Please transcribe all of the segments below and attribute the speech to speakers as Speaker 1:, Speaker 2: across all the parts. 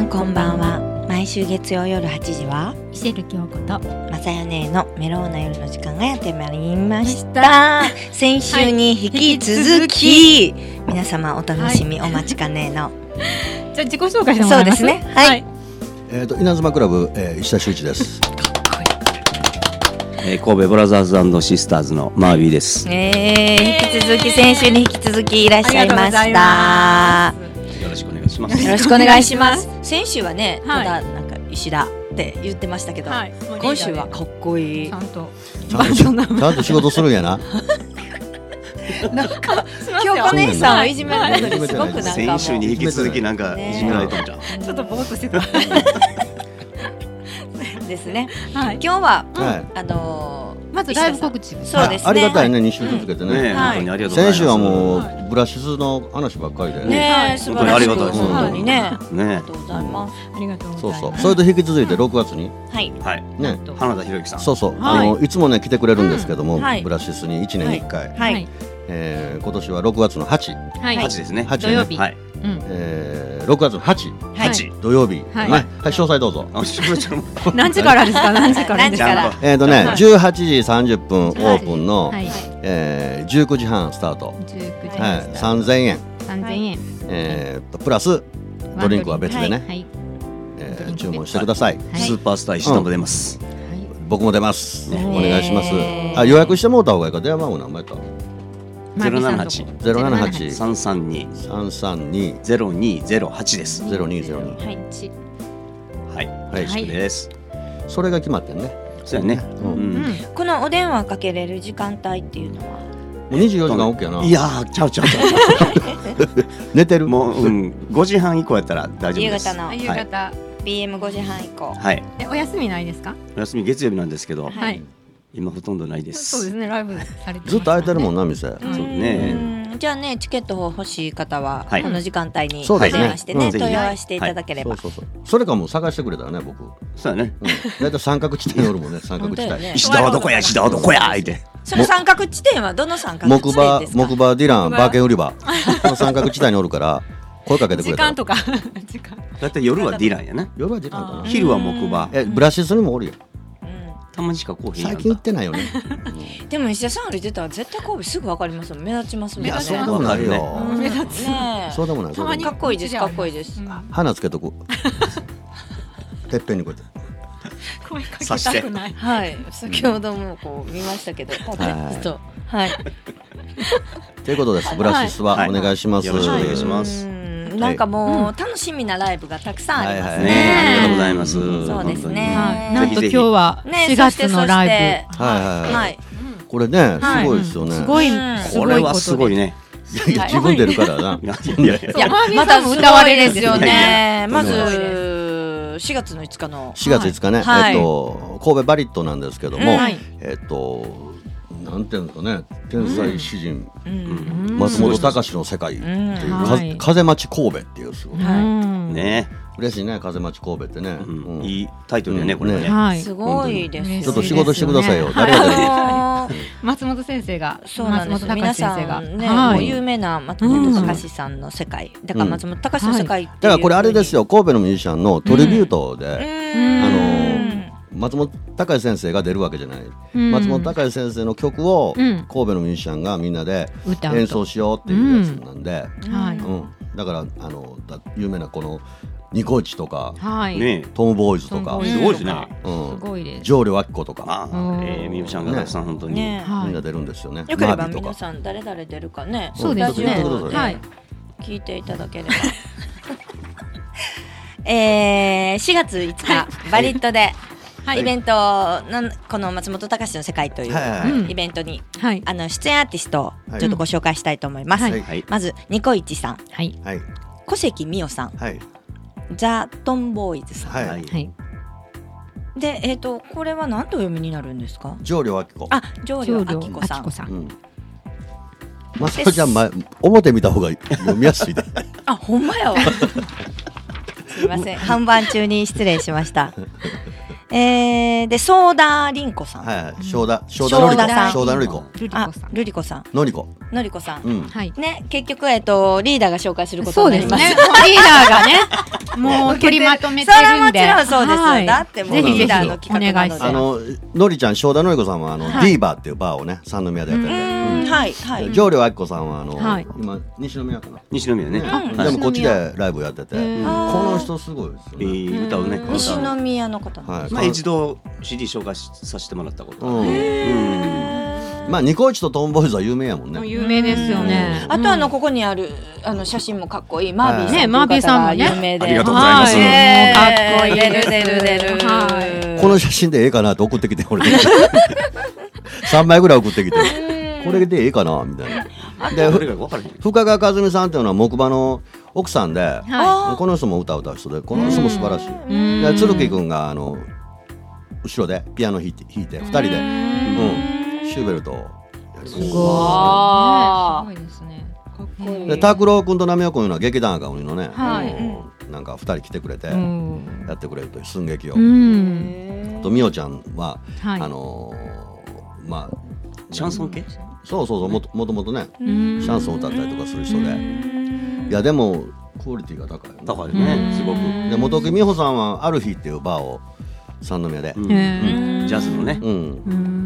Speaker 1: んこんばんは毎週月曜夜8時は
Speaker 2: ミシェル京子と
Speaker 1: まさよねのメローな夜の時間がやってまいりました先週に引き続き、皆様お楽しみお待ちかね の、
Speaker 2: じゃあ自己紹介しても
Speaker 1: そ
Speaker 2: ら
Speaker 1: う
Speaker 2: い
Speaker 1: で
Speaker 2: ます
Speaker 1: すねはい、
Speaker 3: えっ、と稲妻クラブ、えー、石田修一です。
Speaker 4: えー神戸ブラザーズシスターズのマービーです。
Speaker 1: えー、引き続き先週に引き続きいらっ
Speaker 2: あ
Speaker 1: し
Speaker 2: り
Speaker 1: ゃ
Speaker 2: が
Speaker 1: い
Speaker 2: とう
Speaker 1: ま
Speaker 2: ご
Speaker 1: し
Speaker 2: ざい
Speaker 1: た
Speaker 2: ます
Speaker 4: よろしくお願いします。
Speaker 1: よろしくお願いします先週はね、ただなんか石田って言ってましたけど、
Speaker 2: はいもうリーダーで
Speaker 1: 今週はかっこいい
Speaker 2: ちゃんと
Speaker 3: ちゃんとちゃんと仕事するんやな。
Speaker 1: なん か京
Speaker 2: 京
Speaker 1: 子
Speaker 2: 子
Speaker 1: 姉
Speaker 2: 姉
Speaker 1: さ
Speaker 2: さ
Speaker 1: ん
Speaker 2: ん
Speaker 1: を
Speaker 2: を
Speaker 1: い
Speaker 2: い
Speaker 1: じ
Speaker 2: じ
Speaker 1: め
Speaker 2: め
Speaker 1: るのに
Speaker 2: るのに
Speaker 1: す
Speaker 2: す
Speaker 1: ご
Speaker 2: ご
Speaker 1: く
Speaker 2: く
Speaker 1: なんか
Speaker 4: 先 週に引き続きなんか
Speaker 1: ね
Speaker 4: いじめられたんじゃん。
Speaker 2: ちょっとぼーっとしてた
Speaker 1: ですね
Speaker 2: はい
Speaker 1: 今日は
Speaker 3: はい。
Speaker 1: あのー
Speaker 2: まずライブ告知
Speaker 1: そうですね
Speaker 3: あありがたいね、二週続けて
Speaker 4: ね、
Speaker 3: ね。
Speaker 2: はい
Speaker 4: 本当にありがとうございま
Speaker 3: 先
Speaker 4: す。
Speaker 3: 週はもう、
Speaker 2: は
Speaker 3: ブラシスの話ばっかりで。
Speaker 1: ね
Speaker 2: は
Speaker 1: え
Speaker 2: い
Speaker 1: 素晴らしい
Speaker 4: 本当にありがたいです
Speaker 1: 本当にねあ
Speaker 4: うね
Speaker 1: りが、とうございます
Speaker 2: ありがとうござい
Speaker 3: そう
Speaker 2: ます
Speaker 3: そう。それと引き続いて六月に
Speaker 1: はい
Speaker 4: はい、
Speaker 3: ね。
Speaker 4: 花田博之さん。
Speaker 3: そうそう、
Speaker 2: はい
Speaker 3: あのいつもね来てくれるんですけども、
Speaker 1: うんはい
Speaker 3: ブラシスに一年に一回、
Speaker 1: は
Speaker 2: はいい
Speaker 3: えー今年は6月の8、
Speaker 2: はい
Speaker 4: 八ですね。
Speaker 3: 八
Speaker 2: 土曜日
Speaker 4: はい。
Speaker 2: うん
Speaker 3: えー、6月の8
Speaker 1: はい
Speaker 4: 八。
Speaker 3: 土曜日、
Speaker 2: はい
Speaker 3: ねはい、詳細どうぞ。
Speaker 4: あ、しぶちゃんも。
Speaker 2: 何時からですか何時からです
Speaker 1: だ何
Speaker 2: か
Speaker 1: ら
Speaker 4: ちゃんと
Speaker 3: えっ、ー、とね、
Speaker 2: はい
Speaker 3: 18時30分オープンの、
Speaker 2: はい
Speaker 3: えー、19時半スタート、
Speaker 2: 十九時
Speaker 3: はい、
Speaker 2: です
Speaker 3: 3000円、
Speaker 2: 三千円
Speaker 3: えー、とプラスドリンクは別でね、
Speaker 2: はい
Speaker 3: えー注文してください、
Speaker 2: はい
Speaker 4: スーパースター石田も出ます。
Speaker 2: はい
Speaker 3: 僕も出ます、
Speaker 4: ね
Speaker 3: お願いします
Speaker 1: ね
Speaker 3: あ予約してもうた方がいいか電話番号何枚やっ
Speaker 2: マービーさんとこ
Speaker 4: 078
Speaker 3: ゼロ七八
Speaker 4: 三三二
Speaker 3: た三三二
Speaker 4: ゼロ二ゼロ八です。
Speaker 3: ゼロ二ゼロ二
Speaker 2: はい一
Speaker 4: はい。
Speaker 3: はい
Speaker 4: よろしくです。
Speaker 3: それが決まってんね
Speaker 4: そうやね。
Speaker 3: う
Speaker 4: うん
Speaker 2: うん
Speaker 4: ん。
Speaker 1: このお電話かけれる時間帯っていうのは
Speaker 3: もう24時間 OK やない
Speaker 4: やー、ちゃうちゃうちゃうちゃ
Speaker 3: 寝てる
Speaker 4: う。もう、うん、五時半以降やったら大丈夫
Speaker 1: 夕
Speaker 4: です。
Speaker 1: 方
Speaker 2: あ
Speaker 1: の
Speaker 2: 夕方
Speaker 1: BM5 時半以降
Speaker 4: はい。
Speaker 2: えお休みないですか
Speaker 4: お休み月曜日なんですけど、
Speaker 1: は
Speaker 2: はいい
Speaker 4: 今ほとんどないで。
Speaker 2: そうですすねライブされてます
Speaker 3: ずっと空いてるもん
Speaker 2: ね
Speaker 3: な店
Speaker 2: うん
Speaker 4: そうね
Speaker 1: うんじゃあねチケットを欲しい方は
Speaker 4: はい
Speaker 1: この時間帯に
Speaker 3: そう
Speaker 1: お
Speaker 3: で
Speaker 1: 電
Speaker 3: すね
Speaker 1: 話してね
Speaker 3: うん
Speaker 1: 問い合わせていただけれ
Speaker 3: そう
Speaker 1: ば
Speaker 3: そうそうそれかもう探してくれたらね僕、うん、
Speaker 4: そうやね。
Speaker 3: 大体三角地点夜もね三角
Speaker 1: 本
Speaker 3: 地
Speaker 1: 当よ
Speaker 3: 帯、
Speaker 1: ね
Speaker 4: 石田はどこや石田はどこや言うて
Speaker 1: その三角地点はどの三角
Speaker 3: 木
Speaker 1: 地点
Speaker 3: 馬
Speaker 1: ですか
Speaker 3: 木馬ディラン
Speaker 2: 木馬
Speaker 3: バーケン売り場この三角地帯におるから声かけてく
Speaker 2: 時
Speaker 3: れた
Speaker 2: 間
Speaker 3: ら
Speaker 2: とか時間
Speaker 4: だって夜はディランやな
Speaker 3: 夜は時間か
Speaker 2: あ
Speaker 3: な
Speaker 2: ー
Speaker 4: 昼は木馬
Speaker 3: えブラシスにもおるよ
Speaker 1: う
Speaker 4: たまにしかコーヒー
Speaker 3: 最
Speaker 4: なん
Speaker 3: 近行
Speaker 4: だ
Speaker 3: ってないよね
Speaker 1: んでも石田さん歩いてたら絶対神戸すぐわかりますもん目立ちますもん
Speaker 3: い
Speaker 1: ね
Speaker 2: 目
Speaker 3: や
Speaker 2: 立
Speaker 3: そう
Speaker 2: ち
Speaker 3: で
Speaker 2: ま
Speaker 3: もないよ、
Speaker 1: うん
Speaker 2: 目立つ
Speaker 1: ねえ
Speaker 3: そうでもないそうでもない
Speaker 1: かっこいいですかっこいいです
Speaker 2: うん
Speaker 3: 花つけとくてっぺんにこうやって
Speaker 2: 声かけたくない
Speaker 1: はい、先ほどもこう見ましたけど、ちょっ
Speaker 3: はい
Speaker 1: と、はい、
Speaker 3: ということですブラシスは
Speaker 4: はい
Speaker 3: お願いします、
Speaker 4: よろしくお願いし
Speaker 3: す
Speaker 4: ます
Speaker 1: うーんなんかもう楽しみなライブがたくさんあります
Speaker 3: はいはい
Speaker 4: ね
Speaker 1: ね。
Speaker 4: ありがとうございます
Speaker 1: そうですね
Speaker 2: はい
Speaker 1: な
Speaker 2: なんん
Speaker 4: ぜ
Speaker 2: と
Speaker 4: ひ
Speaker 2: 今
Speaker 4: ぜひ
Speaker 2: 日は
Speaker 1: ね
Speaker 2: 4月のライ
Speaker 1: そしてそして
Speaker 3: はいはい、は、
Speaker 1: はいい、
Speaker 3: これね
Speaker 1: はい
Speaker 3: す
Speaker 2: ブ。
Speaker 3: ごいですよね、
Speaker 2: すごい、
Speaker 1: うん
Speaker 2: す
Speaker 4: こ
Speaker 2: ご
Speaker 4: れ
Speaker 2: いこ
Speaker 4: は
Speaker 2: と
Speaker 4: すごいね
Speaker 3: いや自分出るからない
Speaker 4: やいやいや
Speaker 2: いや、
Speaker 1: ま
Speaker 2: ま
Speaker 1: た
Speaker 2: た
Speaker 1: 歌
Speaker 2: 歌
Speaker 1: わ
Speaker 2: わ
Speaker 1: れで
Speaker 2: れですす
Speaker 1: よ
Speaker 2: よね。
Speaker 1: ね。まず
Speaker 2: すごいで
Speaker 1: 4月の5日の、
Speaker 3: 4月5日ね、
Speaker 1: はい
Speaker 3: えっと神戸バリットなんですけども、
Speaker 1: うん
Speaker 2: はい
Speaker 3: えっとなんていうんですかね天才詩人、
Speaker 1: う、
Speaker 4: うんん
Speaker 3: 松本隆の世界っていう、
Speaker 1: うん
Speaker 3: か
Speaker 2: はい
Speaker 3: 風町神戸っていうすごい
Speaker 2: はい。
Speaker 4: ね
Speaker 3: 嬉しいね風町神戸ってね、
Speaker 4: う
Speaker 3: うんん
Speaker 4: いいタイトルやね
Speaker 3: うん
Speaker 4: これは
Speaker 3: ね
Speaker 4: ね
Speaker 2: はい。
Speaker 1: すごいですよね。
Speaker 3: ちょっと仕事してくださいよ、誰が出る
Speaker 1: あのー
Speaker 2: 松本先生が、
Speaker 1: そうなんです
Speaker 2: 松本
Speaker 1: 皆
Speaker 2: 隆先
Speaker 1: さ
Speaker 2: 生が、
Speaker 1: んね、
Speaker 2: は
Speaker 1: もう
Speaker 2: い。
Speaker 1: 有名な松本隆さんの世界、だから松本隆の世界っていう
Speaker 3: だからこれあれです
Speaker 1: よ、
Speaker 3: よ神戸のミュージシャンのトリビュートで、
Speaker 1: あ
Speaker 2: あの
Speaker 3: ー松本隆先生が出るわけじゃない、
Speaker 2: うん
Speaker 3: 松本隆先生の曲を
Speaker 2: うん
Speaker 3: 神戸のミュージシャンがみんなで
Speaker 2: 歌うと
Speaker 3: 演奏しようっていうやつなんで、
Speaker 2: はい
Speaker 3: うんだからあのだ有名なこのニコイチとか
Speaker 2: はい。
Speaker 4: ね
Speaker 3: トム・ボーイズと
Speaker 2: ト
Speaker 3: か
Speaker 2: ムボーイ
Speaker 4: すごいですね
Speaker 3: うん
Speaker 2: すごいです。
Speaker 3: 上涼明子とか、
Speaker 4: まあえーみゆきちゃんがたくさん本当に
Speaker 1: ね
Speaker 3: み
Speaker 2: は。
Speaker 3: んない出るんですよね。
Speaker 1: よければ
Speaker 3: マービーと
Speaker 1: 皆
Speaker 3: か
Speaker 1: さん誰々出るかね、
Speaker 2: そうです
Speaker 1: ラ
Speaker 2: ね。
Speaker 1: ジオ
Speaker 3: そうですね
Speaker 2: はい。
Speaker 1: 聞いていただければ。 えー、4月5日、バリットで、
Speaker 2: はい。
Speaker 1: イベントのこの松本隆の世界という、
Speaker 3: はいはいはい
Speaker 2: うん
Speaker 1: イベントに
Speaker 2: はい。
Speaker 1: あの出演アーティストをちょっとご紹介したいと思います、
Speaker 2: は
Speaker 4: はい
Speaker 1: まずニコイチさん
Speaker 2: はい。
Speaker 3: はい
Speaker 1: 小関美代さん
Speaker 3: はい
Speaker 1: ザ・トンボーイズさん、
Speaker 3: はい、
Speaker 4: はい
Speaker 2: はい。
Speaker 1: でえっ、とこれは何とお読みになるんですか
Speaker 3: 上涼明子。
Speaker 1: あ上
Speaker 2: 長
Speaker 1: 領
Speaker 2: 女
Speaker 1: 明子さん
Speaker 2: 明子さ。
Speaker 3: うんん。まさちゃん前表見た方が読みやすいで。
Speaker 1: あ、ほんまやわ。 すみません、半番中に失礼しました。 えー、で、ソーダリンコさん。
Speaker 3: はいはい。正田正田のり
Speaker 1: 正田さん
Speaker 3: こ。正田のりこ。
Speaker 2: ルリ
Speaker 1: あ
Speaker 2: コさ、ん。
Speaker 1: ルリコさん、
Speaker 3: のりこ。
Speaker 1: のりこさん。
Speaker 3: うん。
Speaker 2: はい。
Speaker 1: ね、結局、えっと、リーダーが紹介すること
Speaker 2: そう
Speaker 1: にな
Speaker 2: で
Speaker 1: り
Speaker 2: す
Speaker 1: ま
Speaker 2: ね。
Speaker 1: す。
Speaker 2: リーダーがね、 もう取りまとめて
Speaker 1: それは
Speaker 2: る
Speaker 1: も
Speaker 2: んで
Speaker 1: ちろんそうです、
Speaker 2: はい
Speaker 1: だってもう
Speaker 3: ぜひ
Speaker 1: リーダーの企画なの
Speaker 2: お
Speaker 1: で
Speaker 2: 願
Speaker 3: あ
Speaker 2: いしま
Speaker 3: ののりちゃん正田のり子さんはあの、
Speaker 2: はい
Speaker 3: ディーバーっていうバーをね三宮でやって
Speaker 1: う
Speaker 3: て、
Speaker 1: ーんはいは
Speaker 3: で
Speaker 1: い
Speaker 3: 上涼明子さんはあの、
Speaker 2: はい
Speaker 3: 今西宮かな、
Speaker 4: 西宮ね。
Speaker 1: あ
Speaker 4: は
Speaker 3: で
Speaker 4: い
Speaker 3: もこっちでライブやってて、
Speaker 2: うん
Speaker 3: この人すごいですよ
Speaker 4: え
Speaker 3: ね、
Speaker 4: ー歌うね。
Speaker 1: 西宮の方なんで
Speaker 3: はい
Speaker 4: まあ一度 CD 紹介しさせてもらったことある。
Speaker 3: うん
Speaker 1: す
Speaker 3: まあニコイチとトーンボーイズは有名やもんね
Speaker 2: もう有名ですよね。
Speaker 1: あとあのここにあるあの写真もかっこいいマービーさん
Speaker 2: ねマービーさんも
Speaker 1: という方が有名で
Speaker 4: ねありがとうございます
Speaker 2: は
Speaker 1: ね
Speaker 2: もうかっこいい
Speaker 1: 出
Speaker 2: で
Speaker 1: る
Speaker 2: す。
Speaker 1: 出る出る
Speaker 2: はい。
Speaker 3: この写真でええかなって送ってきて俺 3枚ぐらい送ってきてこれでええかなみたいなで
Speaker 4: どれ
Speaker 3: ふ
Speaker 4: が分からへん。
Speaker 3: 深川和美さんっていうのは木馬の奥さんで
Speaker 2: は
Speaker 3: この人も歌を歌う人でこの人も素晴らしい
Speaker 2: い。うん
Speaker 3: で鶴木君があの後ろでピアノ弾いて弾いて2人でうんシューベルトをやります
Speaker 1: あ
Speaker 2: ねすごいですね。かっ
Speaker 1: こいい
Speaker 3: で拓郎君と浪岡君のは劇団赤鬼のね、
Speaker 2: はい
Speaker 3: うんなんか2人来てくれて
Speaker 2: う
Speaker 3: や
Speaker 2: ん。
Speaker 3: ってくれるという寸劇を、
Speaker 2: うん。
Speaker 3: あと美桜ちゃんは、
Speaker 2: はい。
Speaker 3: あのーまあ
Speaker 4: シャンソン系？
Speaker 3: そうそうそうもともともとね
Speaker 2: うん
Speaker 3: シャンソン歌ったりとかする人でいやでもクオリティが高いよね
Speaker 4: 高いうね
Speaker 2: ん。
Speaker 4: すごく。
Speaker 3: で元木美穂さんは「ある日」っていうバーを三宮で
Speaker 4: うん
Speaker 2: ね
Speaker 4: ジャズのね。
Speaker 3: うん
Speaker 2: うん。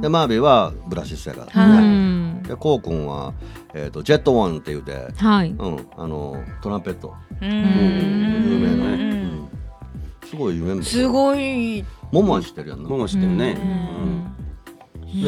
Speaker 3: でマービーはブラシストやから
Speaker 2: は
Speaker 3: ね、
Speaker 2: い。
Speaker 3: でこうくんは、えー、とジェットワンって言うて、
Speaker 2: はい。
Speaker 3: うん、あのトランペット
Speaker 1: う
Speaker 3: 有名な、
Speaker 1: ん
Speaker 3: ねうんすごい有名な
Speaker 1: すごい
Speaker 3: ももは知ってるやんな
Speaker 4: 僕も知ってるね。
Speaker 3: で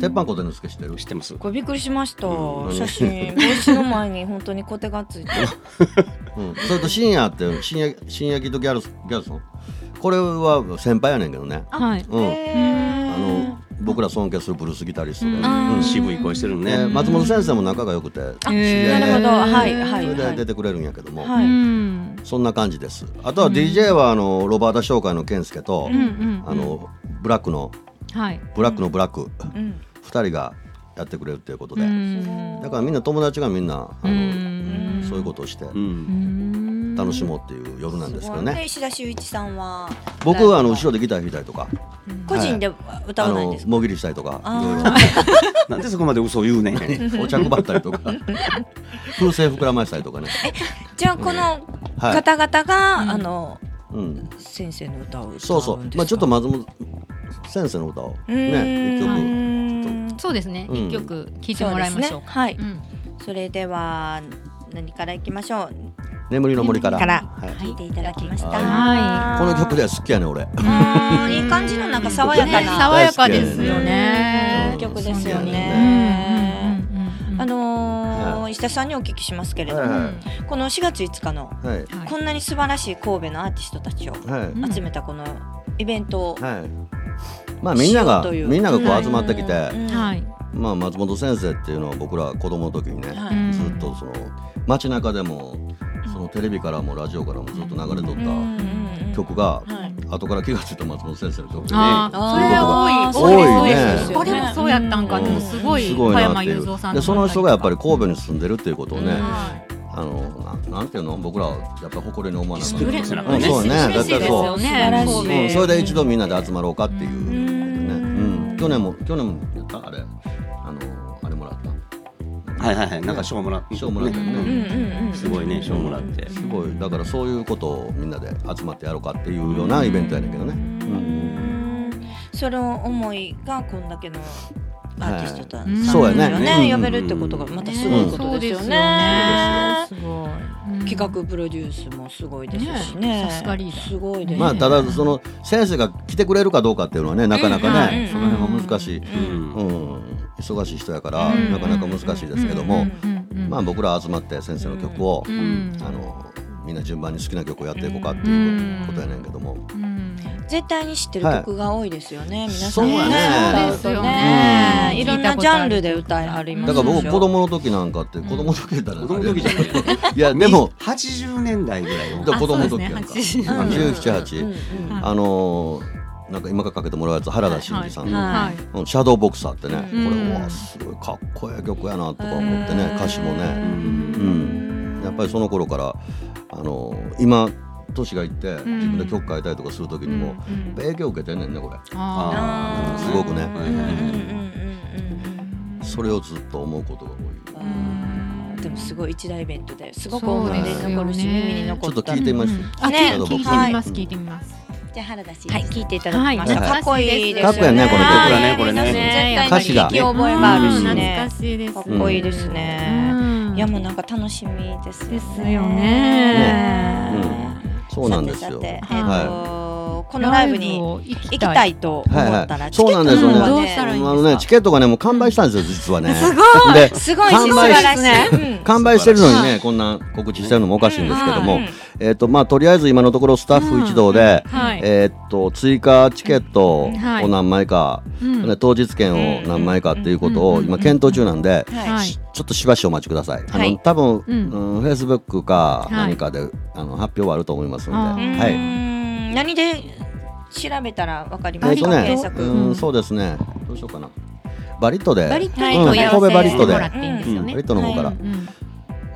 Speaker 3: 鉄板小手の助知ってる
Speaker 4: うん知ってます。
Speaker 1: これびっくりしました
Speaker 4: うん
Speaker 1: 写 真帽子の前に本当にコテがついてる
Speaker 3: うん、それと深夜って深夜深夜キッドギャルソンギャルソンこれは先輩やねんけどね、
Speaker 2: はい。
Speaker 3: うん、
Speaker 1: へ
Speaker 3: あの僕ら尊敬するブルースギタリストで、
Speaker 1: ー
Speaker 4: うん渋い声してる
Speaker 3: ね
Speaker 4: ね。
Speaker 3: 松本先生も仲が良くて知り
Speaker 2: へ
Speaker 3: 合
Speaker 2: ー
Speaker 3: い
Speaker 1: なるほどはい
Speaker 3: で
Speaker 1: はい
Speaker 3: それ
Speaker 1: は
Speaker 3: で
Speaker 1: い
Speaker 3: 出てくれるんやけども、
Speaker 1: は
Speaker 2: う
Speaker 1: い
Speaker 2: ん。
Speaker 3: そんな感じですあとは DJ はあのロバータ商会の健介と、
Speaker 2: うんうん。
Speaker 3: あのブラックの
Speaker 2: はい。
Speaker 3: ブラックのブラック、
Speaker 1: うん
Speaker 3: 2人がやってくれるということで、
Speaker 2: うん
Speaker 3: だからみんな友達がみんなあの、
Speaker 2: うん
Speaker 3: そういうことをして
Speaker 4: うん。
Speaker 3: 楽しもうっていう夜なんです
Speaker 1: す
Speaker 3: けど
Speaker 1: ごいで
Speaker 3: ね
Speaker 1: 石田修一さんは
Speaker 3: 僕はあの後ろでギター弾いたりとか
Speaker 1: 個人で歌
Speaker 3: あ
Speaker 1: わないん
Speaker 3: の
Speaker 1: ですか
Speaker 3: もぎりしたりとか
Speaker 1: あー
Speaker 3: いろいろ
Speaker 4: なんでそこまで嘘を言うねん。
Speaker 3: お茶配ったりと か風船膨らましたりとかね、
Speaker 1: じゃあこの
Speaker 3: はい
Speaker 1: 方々が、
Speaker 2: うん
Speaker 1: あの
Speaker 3: うん、
Speaker 1: 先生の歌を歌うんですか
Speaker 3: そうそう、まあ、ちょっと松本先生の歌を
Speaker 1: うー
Speaker 3: ね
Speaker 1: ん
Speaker 3: 一曲
Speaker 1: うん
Speaker 2: そうですね。
Speaker 3: うん
Speaker 2: 一曲聞いてもらいまし
Speaker 1: そ
Speaker 2: ょ
Speaker 1: うで
Speaker 2: か
Speaker 1: すね。はい、
Speaker 2: うん
Speaker 1: それでは何からいきましょう
Speaker 3: 「眠りの森」から
Speaker 1: から
Speaker 3: はい
Speaker 1: 聞いていただきました
Speaker 2: は
Speaker 3: この曲では好きやね俺
Speaker 1: あーいい感じのなんか爽やか
Speaker 2: ね
Speaker 1: な、
Speaker 2: 爽やかですよね
Speaker 3: 大好きやね。
Speaker 1: 曲ですよ
Speaker 2: う
Speaker 1: ね、
Speaker 2: んうんうんうん
Speaker 1: あのー
Speaker 3: は
Speaker 1: 石田さんにお聞きしますけれども、
Speaker 3: はいは
Speaker 1: この4月5日の
Speaker 3: いはい
Speaker 1: こんなに素晴らしい神戸のアーティストたちを
Speaker 3: はい
Speaker 2: うん
Speaker 1: 集めたこのイベントを、
Speaker 3: はいまあみんな
Speaker 1: し
Speaker 3: が
Speaker 1: ようという
Speaker 3: みんながこう集まってきて、
Speaker 1: うん
Speaker 2: はい。
Speaker 3: まあ、松本先生っていうのは僕ら子供の時にね、
Speaker 1: はい
Speaker 2: うん
Speaker 3: ずっとその街中でもそのテレビからもラジオからもずっと流れと
Speaker 1: うんうん
Speaker 3: っ
Speaker 1: うんうん
Speaker 3: た曲が
Speaker 1: はい
Speaker 3: 後から気がついた松本先生の曲でね
Speaker 2: あ
Speaker 1: あー
Speaker 2: あ、それ多
Speaker 3: 多い
Speaker 2: い、
Speaker 3: ね
Speaker 2: 多いです。これもそうやったんか、
Speaker 3: うん
Speaker 2: でもすごい、
Speaker 3: す
Speaker 2: 加
Speaker 3: ごいなっ
Speaker 2: 山
Speaker 3: てい
Speaker 2: 雄
Speaker 3: う
Speaker 2: 三さん。
Speaker 3: でその人がやっぱり。神戸に住んでるっていうことを
Speaker 2: う
Speaker 3: ね、
Speaker 2: ん
Speaker 3: あのななんていうの僕らはやっぱり誇りに思わなかっ
Speaker 4: う
Speaker 3: た
Speaker 4: ん
Speaker 2: 嬉しい
Speaker 4: そう
Speaker 3: ね
Speaker 2: 嬉しい
Speaker 3: だって
Speaker 2: 嬉しいですよね。
Speaker 1: 素晴らしい
Speaker 2: 神戸
Speaker 3: うん、それで一度みんなで集まろうかっていうことで
Speaker 1: う
Speaker 3: ね、
Speaker 1: ん
Speaker 3: うん去年も去年もやったあれあのあれもらった
Speaker 4: はいはいはい。なんか賞もらって。
Speaker 3: 賞もらったよね、
Speaker 1: うんうんうん
Speaker 4: すごいね賞もらって。
Speaker 3: すごいだからそういうことをみんなで集まってやろうかっていうようなイベントやねんけどね、うん
Speaker 1: その思いがこんだけのアーティストだ、
Speaker 2: はい
Speaker 1: さんですよ
Speaker 3: そう
Speaker 4: やね
Speaker 1: 呼べるってことがまたすごいことですよね,、
Speaker 2: ねそうですよねすごい。
Speaker 1: 企画プロデュースもすごいですしね
Speaker 2: ねさすがリーダー
Speaker 1: すごいですね
Speaker 3: まあただその先生が来てくれるかどうかっていうのはねなかなか
Speaker 1: う
Speaker 3: ね、
Speaker 1: ん
Speaker 3: その辺は難しい、
Speaker 4: う
Speaker 1: うん
Speaker 4: ん
Speaker 3: う。ん、忙しい人やから、
Speaker 2: うん
Speaker 3: なかなか難しいですけども、
Speaker 1: うん
Speaker 2: うんうん
Speaker 3: まあ僕ら集まって先生の曲を、
Speaker 2: うん
Speaker 3: あのみんな順番に好きな曲をやっていこうかっていうことやねんけども、
Speaker 2: うん
Speaker 1: 絶対に知ってる曲が多いですよね、皆さん
Speaker 3: そうやね
Speaker 1: 歌うと
Speaker 2: そうですよ
Speaker 1: ね
Speaker 2: ね
Speaker 1: いろんなジャンルで歌いはりま
Speaker 3: だ
Speaker 1: す
Speaker 3: から僕
Speaker 1: 供
Speaker 3: 子供の時なんかって子供の時だったら
Speaker 4: 子供の時じゃないよ。
Speaker 3: いやでも
Speaker 4: 80年代ぐらいよ。
Speaker 3: 子供の時やん
Speaker 2: あ
Speaker 3: か
Speaker 2: そうですね
Speaker 3: あの1718、
Speaker 2: ん
Speaker 3: あのーなんか今からかけてもらうやつ原田真二さんの、
Speaker 1: はい
Speaker 2: はい。
Speaker 3: うんシャドーボクサーってね、
Speaker 1: うん
Speaker 3: これうわすごいかっこいい曲やなとか思ってね歌詞も
Speaker 4: う
Speaker 3: ね、
Speaker 4: ん
Speaker 3: うん、やっぱりその頃からあのー今年がいって自
Speaker 2: ん
Speaker 3: 分で曲変えたりとかする時にも、やっぱ影響受けてんねんねこれ
Speaker 2: あ
Speaker 4: あー
Speaker 3: すごくね
Speaker 4: はいはいはい
Speaker 3: それをずっと思うことが多い
Speaker 2: あ。
Speaker 1: でもすごい一大イベントですごく
Speaker 2: そう
Speaker 1: 思い出に残るし、
Speaker 2: ですよね
Speaker 1: 耳に残った
Speaker 3: ちょっと聞いてみます
Speaker 2: あ、
Speaker 1: ね
Speaker 2: 聞いてみま
Speaker 3: は
Speaker 2: す、
Speaker 3: い
Speaker 2: 聞いてみます。
Speaker 1: じゃあ原田氏、はい、聞いていただきました、
Speaker 3: はい
Speaker 1: かっこいいです
Speaker 3: かっこいいねこれ
Speaker 1: はい
Speaker 4: これねこれ
Speaker 2: ね
Speaker 1: 絶対に聞き覚えがあるし
Speaker 2: うん
Speaker 1: ね
Speaker 2: 懐かしいです。
Speaker 1: かっこいいですね、いやもうなんか楽しみですよね
Speaker 2: ですよね
Speaker 3: ねそうなんですよ
Speaker 1: さ。てさてえっ、
Speaker 2: はい
Speaker 1: とこのライブに
Speaker 2: 行
Speaker 1: 行きた。いと思ったら、
Speaker 3: はいはいそうなんです
Speaker 2: よね
Speaker 1: チケット
Speaker 2: どうしたらいいん
Speaker 3: あ
Speaker 2: ですか
Speaker 3: のね、チケットがね、もう完売したんですよ、実はね。
Speaker 1: す
Speaker 3: ごいで、
Speaker 1: すごいし
Speaker 3: 完
Speaker 1: 素
Speaker 3: 売
Speaker 1: 晴らしい、うん
Speaker 3: 完売してるのにね、こんな告知してるのもおかしいんですけども、
Speaker 1: うん
Speaker 3: えっ、と、まあ、とりあえず今のところスタッフ一同で、
Speaker 2: はい。
Speaker 3: えっ、と、追加チケットを
Speaker 2: はい
Speaker 3: 何枚か、
Speaker 2: うん
Speaker 3: ね当日券を何枚かっていうこと
Speaker 2: う
Speaker 3: を
Speaker 2: ん
Speaker 3: 今検討中なんで、
Speaker 1: はい、
Speaker 2: い。
Speaker 3: ちょっとしばしお待ちください。あの、
Speaker 1: はい
Speaker 3: 多分、
Speaker 2: うん
Speaker 3: うん、Facebook か
Speaker 2: はい
Speaker 3: 何かで、あの発表はあると思います
Speaker 2: あ
Speaker 3: ので、
Speaker 2: ー
Speaker 3: は
Speaker 1: うー
Speaker 3: い。
Speaker 1: ん何で調べたらわかりま
Speaker 3: えっ、
Speaker 1: す
Speaker 3: と
Speaker 1: か、
Speaker 3: ね
Speaker 1: 検、索、
Speaker 3: う
Speaker 2: うん
Speaker 3: ん、そうですね。どうしようかな。バリットで、
Speaker 2: バリット
Speaker 1: は
Speaker 2: で
Speaker 1: い
Speaker 2: 問い合わせ
Speaker 3: 神戸バリット
Speaker 2: して
Speaker 3: で
Speaker 2: もらっていいんですよね。
Speaker 3: うんバリットの方から
Speaker 2: はいうん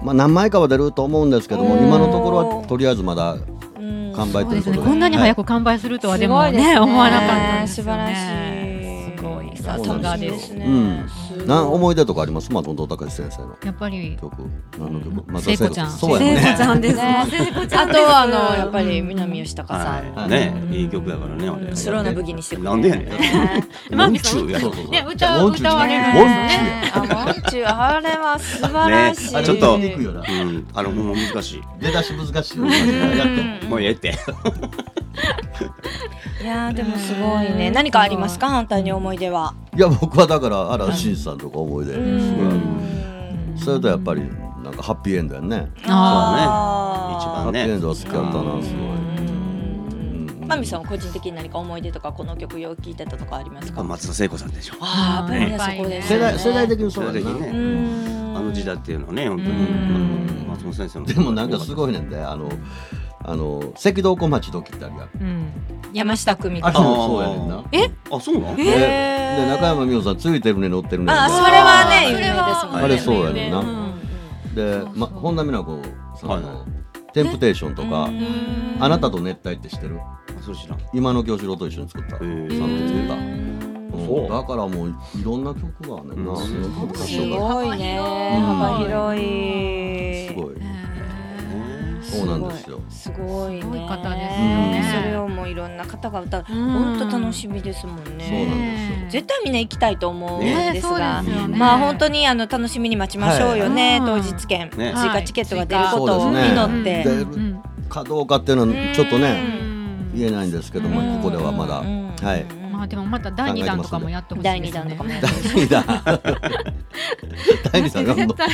Speaker 3: まあ何枚かは出ると思うんですけど
Speaker 1: お
Speaker 3: も、
Speaker 1: ー
Speaker 3: 今のところはとりあえずまだ
Speaker 1: うん
Speaker 3: 完
Speaker 2: そ
Speaker 3: 売
Speaker 2: う
Speaker 3: と
Speaker 2: で
Speaker 3: いうこ
Speaker 2: す
Speaker 3: と
Speaker 2: ね。
Speaker 3: で。
Speaker 2: こんなに早く完売するとはでも
Speaker 1: すごいです
Speaker 2: ね
Speaker 1: ね
Speaker 2: 思わなかったんです
Speaker 1: 素
Speaker 2: よ
Speaker 1: 晴らし
Speaker 2: ね
Speaker 1: い
Speaker 2: すごい。さ
Speaker 3: そう
Speaker 2: す
Speaker 3: な
Speaker 2: が
Speaker 3: ん
Speaker 2: で
Speaker 3: ですす。
Speaker 1: ね
Speaker 3: うん
Speaker 1: すごい
Speaker 3: な思い出とかあります？松本隆先生の
Speaker 2: やっぱり
Speaker 3: 曲、何の曲？松
Speaker 2: 聖子
Speaker 3: 田聖
Speaker 2: ちゃん
Speaker 3: そうや
Speaker 1: 聖
Speaker 3: ね
Speaker 1: 子。ちゃん ですねあとはあのやっぱり南吉高さん、
Speaker 4: はいねいい曲だからねあれ
Speaker 1: スローな武器にしてくれ
Speaker 4: なんでやねん
Speaker 2: マ
Speaker 4: モ
Speaker 2: ミ
Speaker 4: ン
Speaker 2: さ
Speaker 4: チ
Speaker 2: ん
Speaker 4: ューや
Speaker 3: そうそうそう
Speaker 2: ね歌
Speaker 3: モンチュ
Speaker 2: 歌わ
Speaker 3: ー
Speaker 2: れ
Speaker 3: じ
Speaker 2: るん
Speaker 3: ゃん
Speaker 2: ですよ
Speaker 3: モンチューや
Speaker 1: あモンチュあれは素晴らしい、
Speaker 4: ねあちょっと
Speaker 3: 出てくよな
Speaker 4: うんあのほんま難しい
Speaker 3: 出だし難しいよ。
Speaker 1: うん
Speaker 3: や って。
Speaker 4: もうええって
Speaker 1: いやーでもすごいね何かありますか反対に思い出はい
Speaker 3: や僕はだから嵐新さんとか思い出、
Speaker 1: うん
Speaker 3: それとやっぱりなんかハッピーエンドやね、
Speaker 4: あ
Speaker 3: ハ
Speaker 4: の
Speaker 3: ッピ
Speaker 4: ね
Speaker 3: ーエンドは好きだったなすごい、
Speaker 1: うんマミさんは個人的に何か思い出とかこの曲よく聴いてたとかありますか
Speaker 4: 松田聖子さんでしょ
Speaker 1: ああやっぱりねそこです
Speaker 3: 世
Speaker 1: よね
Speaker 3: 代世代的にそう
Speaker 4: そ
Speaker 3: や
Speaker 4: れ
Speaker 3: ね
Speaker 4: 的に
Speaker 1: う
Speaker 4: ね
Speaker 1: ん
Speaker 4: あの時代っていうのはね本当に
Speaker 1: うん
Speaker 4: 松本先生の
Speaker 3: でもなんかす
Speaker 4: い
Speaker 3: ごいねんであのあの赤道小町時ってあるやん
Speaker 2: うん
Speaker 1: 山下久美子
Speaker 3: あれ
Speaker 1: あ
Speaker 3: もそうやねんな
Speaker 4: あそうなの
Speaker 1: え
Speaker 3: でで中山美穂さんついてるね乗ってるね
Speaker 1: あそれはね
Speaker 2: そ
Speaker 1: 有
Speaker 2: れ
Speaker 1: 名
Speaker 2: は
Speaker 1: ですもんね
Speaker 3: あれそうやねんな
Speaker 2: うん
Speaker 3: で
Speaker 2: そうそう
Speaker 3: ま本田美奈子さん
Speaker 4: はいは
Speaker 3: の「テンプテーション」とか
Speaker 1: うん
Speaker 3: 「あなたと熱帯」って知ってる
Speaker 4: そう知らん
Speaker 3: 今の京志郎と一緒に作った
Speaker 4: へ
Speaker 3: 3曲作
Speaker 4: ー
Speaker 3: った、うん
Speaker 4: そう
Speaker 3: だからもういろんな曲があんねんな、
Speaker 4: うんすごい
Speaker 1: す
Speaker 3: すごい
Speaker 1: ごいね幅広い
Speaker 3: すごい
Speaker 2: へー
Speaker 3: そうなんですよ
Speaker 1: すごいね
Speaker 2: すごい方ですよ
Speaker 3: ね
Speaker 1: うんそれをもういろんな方が歌う
Speaker 2: うん
Speaker 1: 本当楽しみですもん
Speaker 3: そうなんです
Speaker 1: ね
Speaker 3: よ
Speaker 2: ね
Speaker 1: 絶対みんな行きたいと思うん
Speaker 4: ね
Speaker 1: です
Speaker 2: そう
Speaker 1: が
Speaker 2: ですよね
Speaker 1: まあ本当にあの楽しみに待ちましょうよね、
Speaker 2: は
Speaker 1: 当
Speaker 2: い
Speaker 1: 日券、
Speaker 4: ね
Speaker 1: 追加チケットが出ることを
Speaker 3: そう
Speaker 1: 祈っ
Speaker 3: で
Speaker 1: て、
Speaker 3: すね
Speaker 2: うん
Speaker 3: かどうかっていうのはちょっとね
Speaker 2: うん
Speaker 3: 言えないんですけども、
Speaker 2: うん
Speaker 3: ここではまだ、
Speaker 1: う ん
Speaker 3: はい
Speaker 2: まあでもまた第二弾とかもやってほしいです
Speaker 1: 第
Speaker 2: よ
Speaker 1: 二弾と
Speaker 2: ね
Speaker 1: か もやって
Speaker 3: 第2弾第2弾 が
Speaker 2: 絶対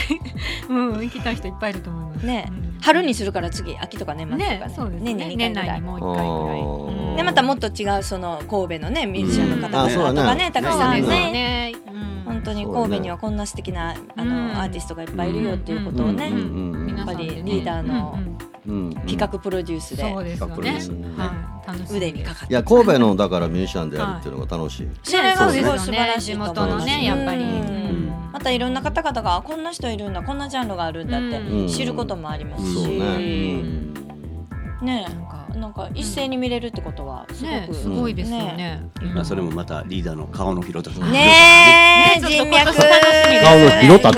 Speaker 2: うん行きたい人いっぱいいると思います
Speaker 1: ね
Speaker 2: うん
Speaker 1: 春にするから次秋とか年末とかね
Speaker 2: ねそうですね
Speaker 1: 年に2回
Speaker 2: 年
Speaker 1: ぐ
Speaker 2: 内
Speaker 1: ら
Speaker 2: に
Speaker 1: い
Speaker 2: もう一回ぐらい
Speaker 1: でまたもっと違うその神戸のねミュージシャンの方
Speaker 3: うんあそうだ
Speaker 1: 々
Speaker 3: ね
Speaker 1: とかねたくさん
Speaker 2: そうです
Speaker 1: ね
Speaker 2: ね
Speaker 1: 本当に
Speaker 3: そうだね
Speaker 1: 神戸にはこんな素敵なあ
Speaker 2: うん
Speaker 1: のアーティストがいっぱいいるよっていうことをね、
Speaker 3: うんうんうんうん
Speaker 1: やっぱりリーダーの
Speaker 3: うんうん
Speaker 1: 企画プロデュース
Speaker 2: そう
Speaker 1: で
Speaker 2: ですよ
Speaker 4: プロデュース
Speaker 2: ね
Speaker 3: ね
Speaker 2: はい楽しみ
Speaker 1: 腕にかかっ
Speaker 3: い
Speaker 1: て
Speaker 3: や神戸のだからミュージシャンでやるっていうのが楽しい、
Speaker 1: それがすごい素
Speaker 2: そうですよ
Speaker 1: 晴
Speaker 2: ね
Speaker 1: らしいと思う
Speaker 2: 地元
Speaker 3: のね
Speaker 2: やっぱり
Speaker 1: うんまたいろんな方々があこんな人いるんだこんなジャンルがあるんだって
Speaker 3: うん
Speaker 1: 知ることもあります
Speaker 3: そう
Speaker 1: し、
Speaker 3: ね、うん
Speaker 1: ね
Speaker 2: なんか
Speaker 1: えなんか一斉に見れるってことはすご
Speaker 2: ね
Speaker 1: く、
Speaker 2: すごいですよね
Speaker 4: まあそれもまたリーダーの顔の広さ
Speaker 1: ねえ
Speaker 2: ね
Speaker 1: 人脈
Speaker 2: ちょっと今年楽しみです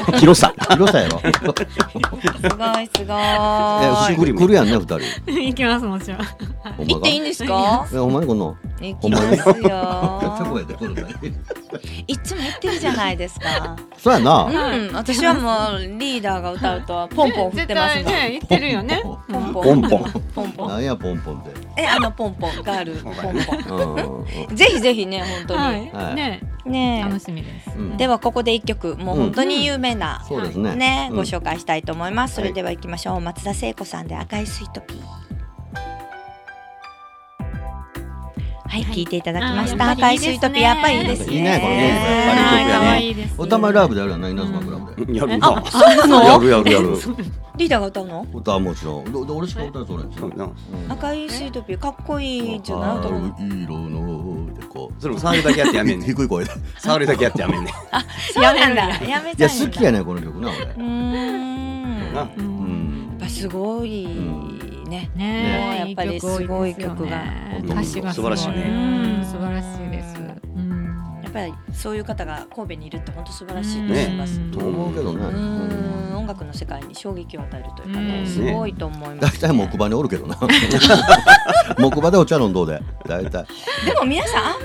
Speaker 3: 顔の広さって
Speaker 1: すごい
Speaker 4: 広
Speaker 3: 広
Speaker 4: さ
Speaker 3: さやろえ
Speaker 1: すご
Speaker 3: し
Speaker 1: い
Speaker 3: ぐり来るやんね二人
Speaker 2: 行きますもちろん
Speaker 3: ほん
Speaker 1: 行
Speaker 3: ま
Speaker 1: っ
Speaker 3: か
Speaker 1: ていいんですか
Speaker 3: えほんまにこんなん
Speaker 1: 行
Speaker 3: ほ
Speaker 1: き
Speaker 3: んま
Speaker 1: ま
Speaker 3: に
Speaker 1: すよ
Speaker 3: 声で来るからね
Speaker 1: いつも行ってるじゃないですか
Speaker 3: そうや
Speaker 1: う
Speaker 3: な、
Speaker 1: ん私はもうリーダーが歌うとポンポン振ってますもん
Speaker 2: 絶対ね行ってるよね
Speaker 3: ポ
Speaker 1: ポンポン
Speaker 4: ポンポン
Speaker 1: ポンポン
Speaker 3: なんやポンポンって
Speaker 1: えあのポンポンガールポンポン
Speaker 3: うんうんうん
Speaker 1: ぜひぜひね本当に、
Speaker 3: は
Speaker 2: はいいね
Speaker 1: ねえ
Speaker 2: 楽しみです
Speaker 3: うん
Speaker 1: ではここで一曲もう本当に有名な、
Speaker 3: そうですね
Speaker 1: ね、
Speaker 3: うん
Speaker 1: ご紹介したいと思います。そ
Speaker 3: はい
Speaker 1: れでは行きましょう。松田聖子さんで赤いスイートピー。はい、聞いていただきました。
Speaker 2: あーやっぱ
Speaker 1: 赤
Speaker 2: りい
Speaker 1: い
Speaker 2: い
Speaker 1: ス
Speaker 2: で
Speaker 1: イー
Speaker 2: すね
Speaker 1: トピー、やっぱりいいですね。
Speaker 3: いいねこれねやっぱり
Speaker 2: はい
Speaker 4: やっ
Speaker 2: 可
Speaker 4: ぱ
Speaker 2: 愛
Speaker 4: り
Speaker 2: いです
Speaker 3: 歌丸ライブでやるやんな稲妻クラブで、
Speaker 4: やるな
Speaker 1: あ
Speaker 4: や
Speaker 1: の
Speaker 4: るやるやる
Speaker 1: リーダーが歌うの。
Speaker 3: 歌はもちろんで俺しか歌うとれんですよ、
Speaker 4: な
Speaker 3: うん
Speaker 1: 赤いスイートピー、かっこいいじゃない、歌うの。
Speaker 3: 色のでこ
Speaker 4: それも触りだけやってやめんね
Speaker 3: 低い声で
Speaker 4: 触りだけやってやめんね
Speaker 1: そうなんだ。やめ
Speaker 3: い
Speaker 1: ちゃ
Speaker 3: や
Speaker 1: うんだ
Speaker 3: 好きやねこの曲な俺
Speaker 1: うーん。やっ
Speaker 4: な
Speaker 2: う
Speaker 3: うんん
Speaker 1: ぱすごいね。
Speaker 2: ねえ
Speaker 1: ねやっぱりすごい曲が
Speaker 2: いい曲多いですよね歌詞がすご
Speaker 4: 素晴らしいね
Speaker 2: うん素晴らしいです
Speaker 1: やっぱりそういう方が神戸にいるって本当素晴らしいと思います。
Speaker 2: ね
Speaker 3: と思うけどね
Speaker 1: うーん、音楽の世界に衝撃を与えるというか
Speaker 2: う
Speaker 1: ね
Speaker 2: ん
Speaker 1: すごいと思いま
Speaker 3: 大
Speaker 1: す、ね、
Speaker 3: 体木馬におるけどな木馬でお茶飲んどうで大体
Speaker 1: でも皆さんあんま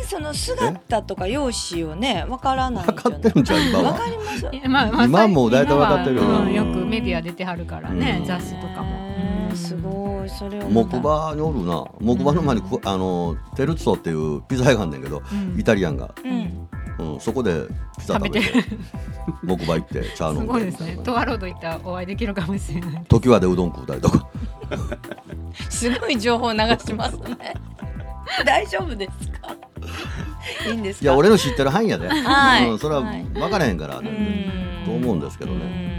Speaker 1: りその姿とか容姿をねわからないんじ
Speaker 3: 分
Speaker 1: ゃない
Speaker 3: かってるんじゃん今
Speaker 1: わ
Speaker 3: は
Speaker 1: かります
Speaker 2: いやまあまあ
Speaker 3: 今もう大体わかってるよ
Speaker 2: 今
Speaker 3: な
Speaker 2: はうんよくメディア出てはるからね
Speaker 3: うん
Speaker 2: 雑誌とか
Speaker 1: ね
Speaker 2: も
Speaker 1: えすごいそれをま
Speaker 3: 木
Speaker 1: た
Speaker 3: 馬におるな木馬の前にこあのテルツォっていうピザ屋があんねんけど
Speaker 2: うん
Speaker 3: イタリアンが、
Speaker 1: うん
Speaker 3: うん、そこでピザ食べて
Speaker 2: 食べ
Speaker 3: 木馬行って茶飲ん
Speaker 2: す
Speaker 3: で
Speaker 2: ごいですねトワロード行ったらお会いできるかもしれない
Speaker 3: 時はでうどん食うたりとか
Speaker 1: すごい情報流しますね 大丈夫です かいいんですか
Speaker 3: いや俺の知ってる範囲やで、
Speaker 1: はい
Speaker 3: うん、それは
Speaker 1: はい
Speaker 3: 分からへんから、ね
Speaker 1: うん
Speaker 3: と思うんですけどね、
Speaker 1: うん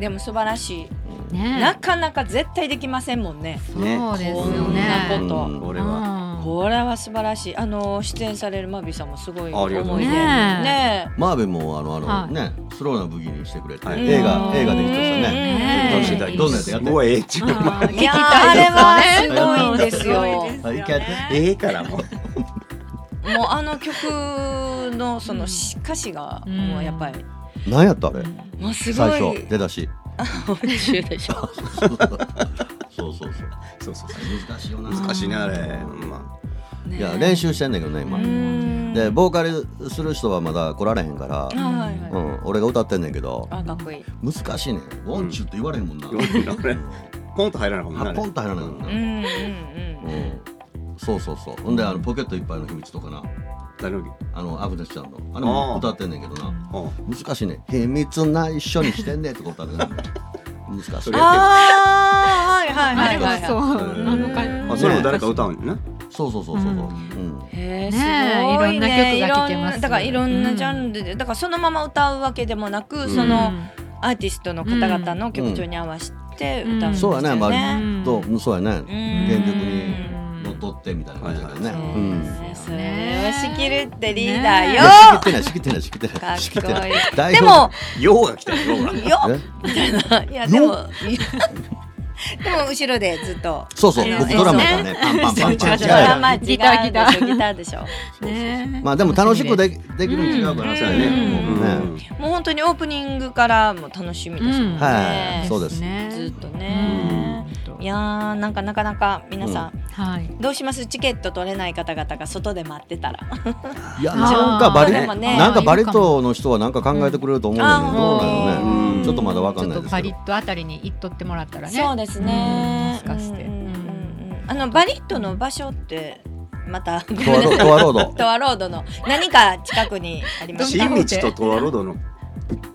Speaker 1: でも素晴らしい
Speaker 2: ね
Speaker 1: なかなか絶対できませんもんね
Speaker 4: ね
Speaker 2: そうですよ
Speaker 1: こんなこ
Speaker 2: ね
Speaker 1: と、
Speaker 3: うん
Speaker 4: こ
Speaker 2: こ
Speaker 4: れは
Speaker 1: これは素晴らしいあの出演されるマビーさんもすごい
Speaker 4: あ
Speaker 1: 思
Speaker 4: あ
Speaker 1: い
Speaker 4: り
Speaker 1: 出
Speaker 4: がとうございます
Speaker 1: ねえ
Speaker 3: マーベンもあのあの、
Speaker 2: はい
Speaker 3: ねスローな武器にしてくれて、
Speaker 4: はい
Speaker 3: 映画映画できて
Speaker 2: ね
Speaker 3: たね、
Speaker 1: ね
Speaker 4: 楽しんでいただき
Speaker 3: どん
Speaker 4: ま
Speaker 3: なや
Speaker 4: す
Speaker 3: つやって
Speaker 4: もうええちょっと
Speaker 2: あー
Speaker 1: いやーあれはすごいんですよ。
Speaker 2: 聞き
Speaker 1: も
Speaker 2: たいですね
Speaker 3: あ一回やって
Speaker 4: ええからもう
Speaker 1: うあの曲のそのし歌詞が
Speaker 2: うん
Speaker 1: もうやっぱり、
Speaker 3: 何やったあれ
Speaker 1: もうすごい
Speaker 3: 最初出 だし
Speaker 1: 夢中でしょ。
Speaker 3: そうそうそう
Speaker 4: そうそうそ
Speaker 3: 難しいよな
Speaker 4: う難しいねあれうんま
Speaker 1: ね
Speaker 3: いや練習してんねんけどね今、
Speaker 1: うん
Speaker 3: でボーカルする人はまだ来られへんから、
Speaker 1: はいはい。
Speaker 3: うん、俺が歌ってんねんけど
Speaker 1: あかっこいい。
Speaker 3: 難しいねんワンチューって言われへんもんな、
Speaker 4: 言われへんな俺あポンと入らなかったもん
Speaker 3: あポンと入らないもんな、
Speaker 1: う
Speaker 3: うん
Speaker 1: んうんうん。
Speaker 3: そうそうそうほんであのポケットいっぱいの秘密とかな
Speaker 4: 大丈夫
Speaker 3: あのアグネスちゃんのあれも歌ってんねんけどな
Speaker 4: おう
Speaker 3: 難しいね「秘密内緒にしてんね」とか歌ってんねん難しい
Speaker 4: それ
Speaker 1: ああーはい
Speaker 2: あ
Speaker 1: はい
Speaker 2: れ
Speaker 1: は
Speaker 2: はいそ
Speaker 1: は
Speaker 2: うなのか
Speaker 1: うん
Speaker 4: あそれも誰か歌うんやな
Speaker 3: そうそうそうそうそう、う
Speaker 2: うん
Speaker 3: ん
Speaker 1: い。へえす
Speaker 2: ねえ
Speaker 1: ごいね。
Speaker 2: いろんな曲が聴けま
Speaker 1: いろんな
Speaker 2: すね
Speaker 1: だからいろんなジャンルで、だからそのまま歌うわけでもなく、
Speaker 4: うん
Speaker 1: そ
Speaker 2: うん
Speaker 1: のアーティストの方々の曲調に合わせて歌うんですよね。
Speaker 3: そうやねま
Speaker 2: う
Speaker 3: あ
Speaker 2: ん
Speaker 3: とそうやね
Speaker 1: うん
Speaker 3: 原曲に乗っ取ってみたいな感じだけどね、
Speaker 1: そう
Speaker 3: う
Speaker 1: で
Speaker 3: ん
Speaker 1: すねそれ
Speaker 2: ね
Speaker 1: を仕切るってリーダー
Speaker 3: い
Speaker 1: よ
Speaker 3: や仕切ってない仕切ってない仕切って
Speaker 1: か
Speaker 3: な
Speaker 1: っこ
Speaker 3: い仕切ってない
Speaker 1: いい
Speaker 3: 大
Speaker 1: で
Speaker 3: 丈
Speaker 1: も
Speaker 3: 夫
Speaker 4: ようが来たよようが
Speaker 1: よ
Speaker 3: え
Speaker 1: みたいないやでもいやでも後ろでずっと
Speaker 3: そうそう
Speaker 1: あの
Speaker 3: 僕
Speaker 1: 演
Speaker 3: ド
Speaker 1: 奏
Speaker 3: ラマやからねパンパンパン
Speaker 2: 違う違
Speaker 3: パ
Speaker 2: う
Speaker 3: ン
Speaker 1: ドラマ違うでしょ
Speaker 2: ギターギター
Speaker 1: ギターでしょ
Speaker 2: ね
Speaker 3: まあでも楽しくできできるに違うから
Speaker 4: そう
Speaker 3: さ
Speaker 4: や
Speaker 3: ね
Speaker 4: ね
Speaker 3: もうね、
Speaker 4: うん
Speaker 1: もう本当にオープニングからも楽しみですもんね、
Speaker 2: うん
Speaker 3: はいそう
Speaker 1: う
Speaker 3: です
Speaker 2: ね
Speaker 1: ずっとね、い
Speaker 2: や
Speaker 1: やーなんかなかなか皆さん、
Speaker 2: はい
Speaker 1: どうしますチケット取れない方々が外で待ってたら
Speaker 3: いやなんかバリ
Speaker 1: あーでもね
Speaker 3: なんかバリ島の人はなんか考えてくれると思うんだけどどうなのね
Speaker 4: うん
Speaker 3: ちょっとまだわかん
Speaker 2: ち
Speaker 3: な
Speaker 2: ょ
Speaker 3: い
Speaker 2: っと
Speaker 3: です
Speaker 2: パ
Speaker 3: け
Speaker 2: リ
Speaker 3: ど
Speaker 2: ッとあたりに行っとってもらったらね
Speaker 1: そうですね。
Speaker 2: うんもしかして
Speaker 1: うんうんうんうんあのバリットの場所ってまたごめん
Speaker 3: トワ
Speaker 1: な
Speaker 3: ロ
Speaker 1: さい
Speaker 3: トワロード
Speaker 1: トワロードの何か近くにありまし
Speaker 2: ど
Speaker 1: た
Speaker 2: ん。
Speaker 4: 新道とトワロードの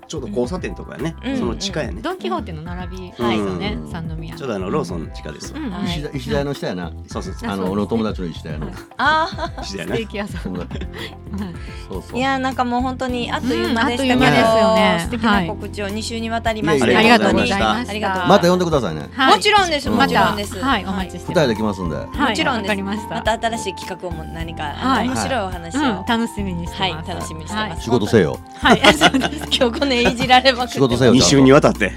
Speaker 4: ちょうど交差点とかやね、
Speaker 1: うん
Speaker 4: その地下やね、
Speaker 2: ドン・キホーテの並びです
Speaker 4: うん
Speaker 2: よね、
Speaker 3: うん
Speaker 2: 三宮
Speaker 4: ちょうどあのローソンの地下ですわ、
Speaker 2: うん
Speaker 1: はい
Speaker 3: 石田石田屋の下やな
Speaker 4: そうそうそう
Speaker 3: あ
Speaker 2: あそうです
Speaker 3: の
Speaker 2: ね
Speaker 3: 俺の友達の石田屋の
Speaker 1: あ
Speaker 4: 地下
Speaker 2: ス
Speaker 4: やな
Speaker 2: テーキ屋さん、
Speaker 3: 友達
Speaker 2: はい
Speaker 3: そうそ
Speaker 1: あ、
Speaker 3: う
Speaker 1: いやなんかもう本当にあっという間でしたけど、
Speaker 3: うんあっという間です
Speaker 2: よね
Speaker 1: 素敵な告知を二週にわたりまして、
Speaker 4: いや
Speaker 2: あ
Speaker 4: い
Speaker 2: り
Speaker 4: や
Speaker 2: がとうございまし
Speaker 1: あ
Speaker 2: た
Speaker 1: りがとうござい
Speaker 3: また呼んでくださいね
Speaker 2: はい
Speaker 1: もちろんです、も
Speaker 2: ま
Speaker 1: ちろ
Speaker 2: た
Speaker 1: んです。
Speaker 2: はいお待ちし
Speaker 3: 二
Speaker 2: てま
Speaker 3: 人
Speaker 2: す
Speaker 3: できますんで
Speaker 2: はい
Speaker 1: もちろん
Speaker 2: わ
Speaker 1: で
Speaker 2: か
Speaker 1: す
Speaker 2: りました
Speaker 1: また新しい企画も何か、
Speaker 2: はい
Speaker 1: 面白いお話を、
Speaker 2: うん、楽しみにしてます、
Speaker 1: はい楽しみにしてます
Speaker 2: はい
Speaker 3: 仕事せよ
Speaker 2: はいすい
Speaker 1: 今日こねいじられまくって
Speaker 3: 仕事せよ
Speaker 4: 2週にわたって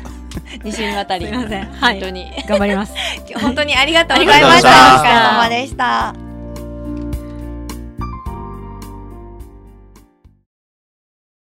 Speaker 1: 二週にわたり
Speaker 2: ませんは
Speaker 1: 本当
Speaker 2: い
Speaker 1: に
Speaker 2: 頑張ります
Speaker 1: 本当にありがとうございまし
Speaker 4: ありがとう
Speaker 1: た。お疲
Speaker 4: ございました
Speaker 1: れ様でした。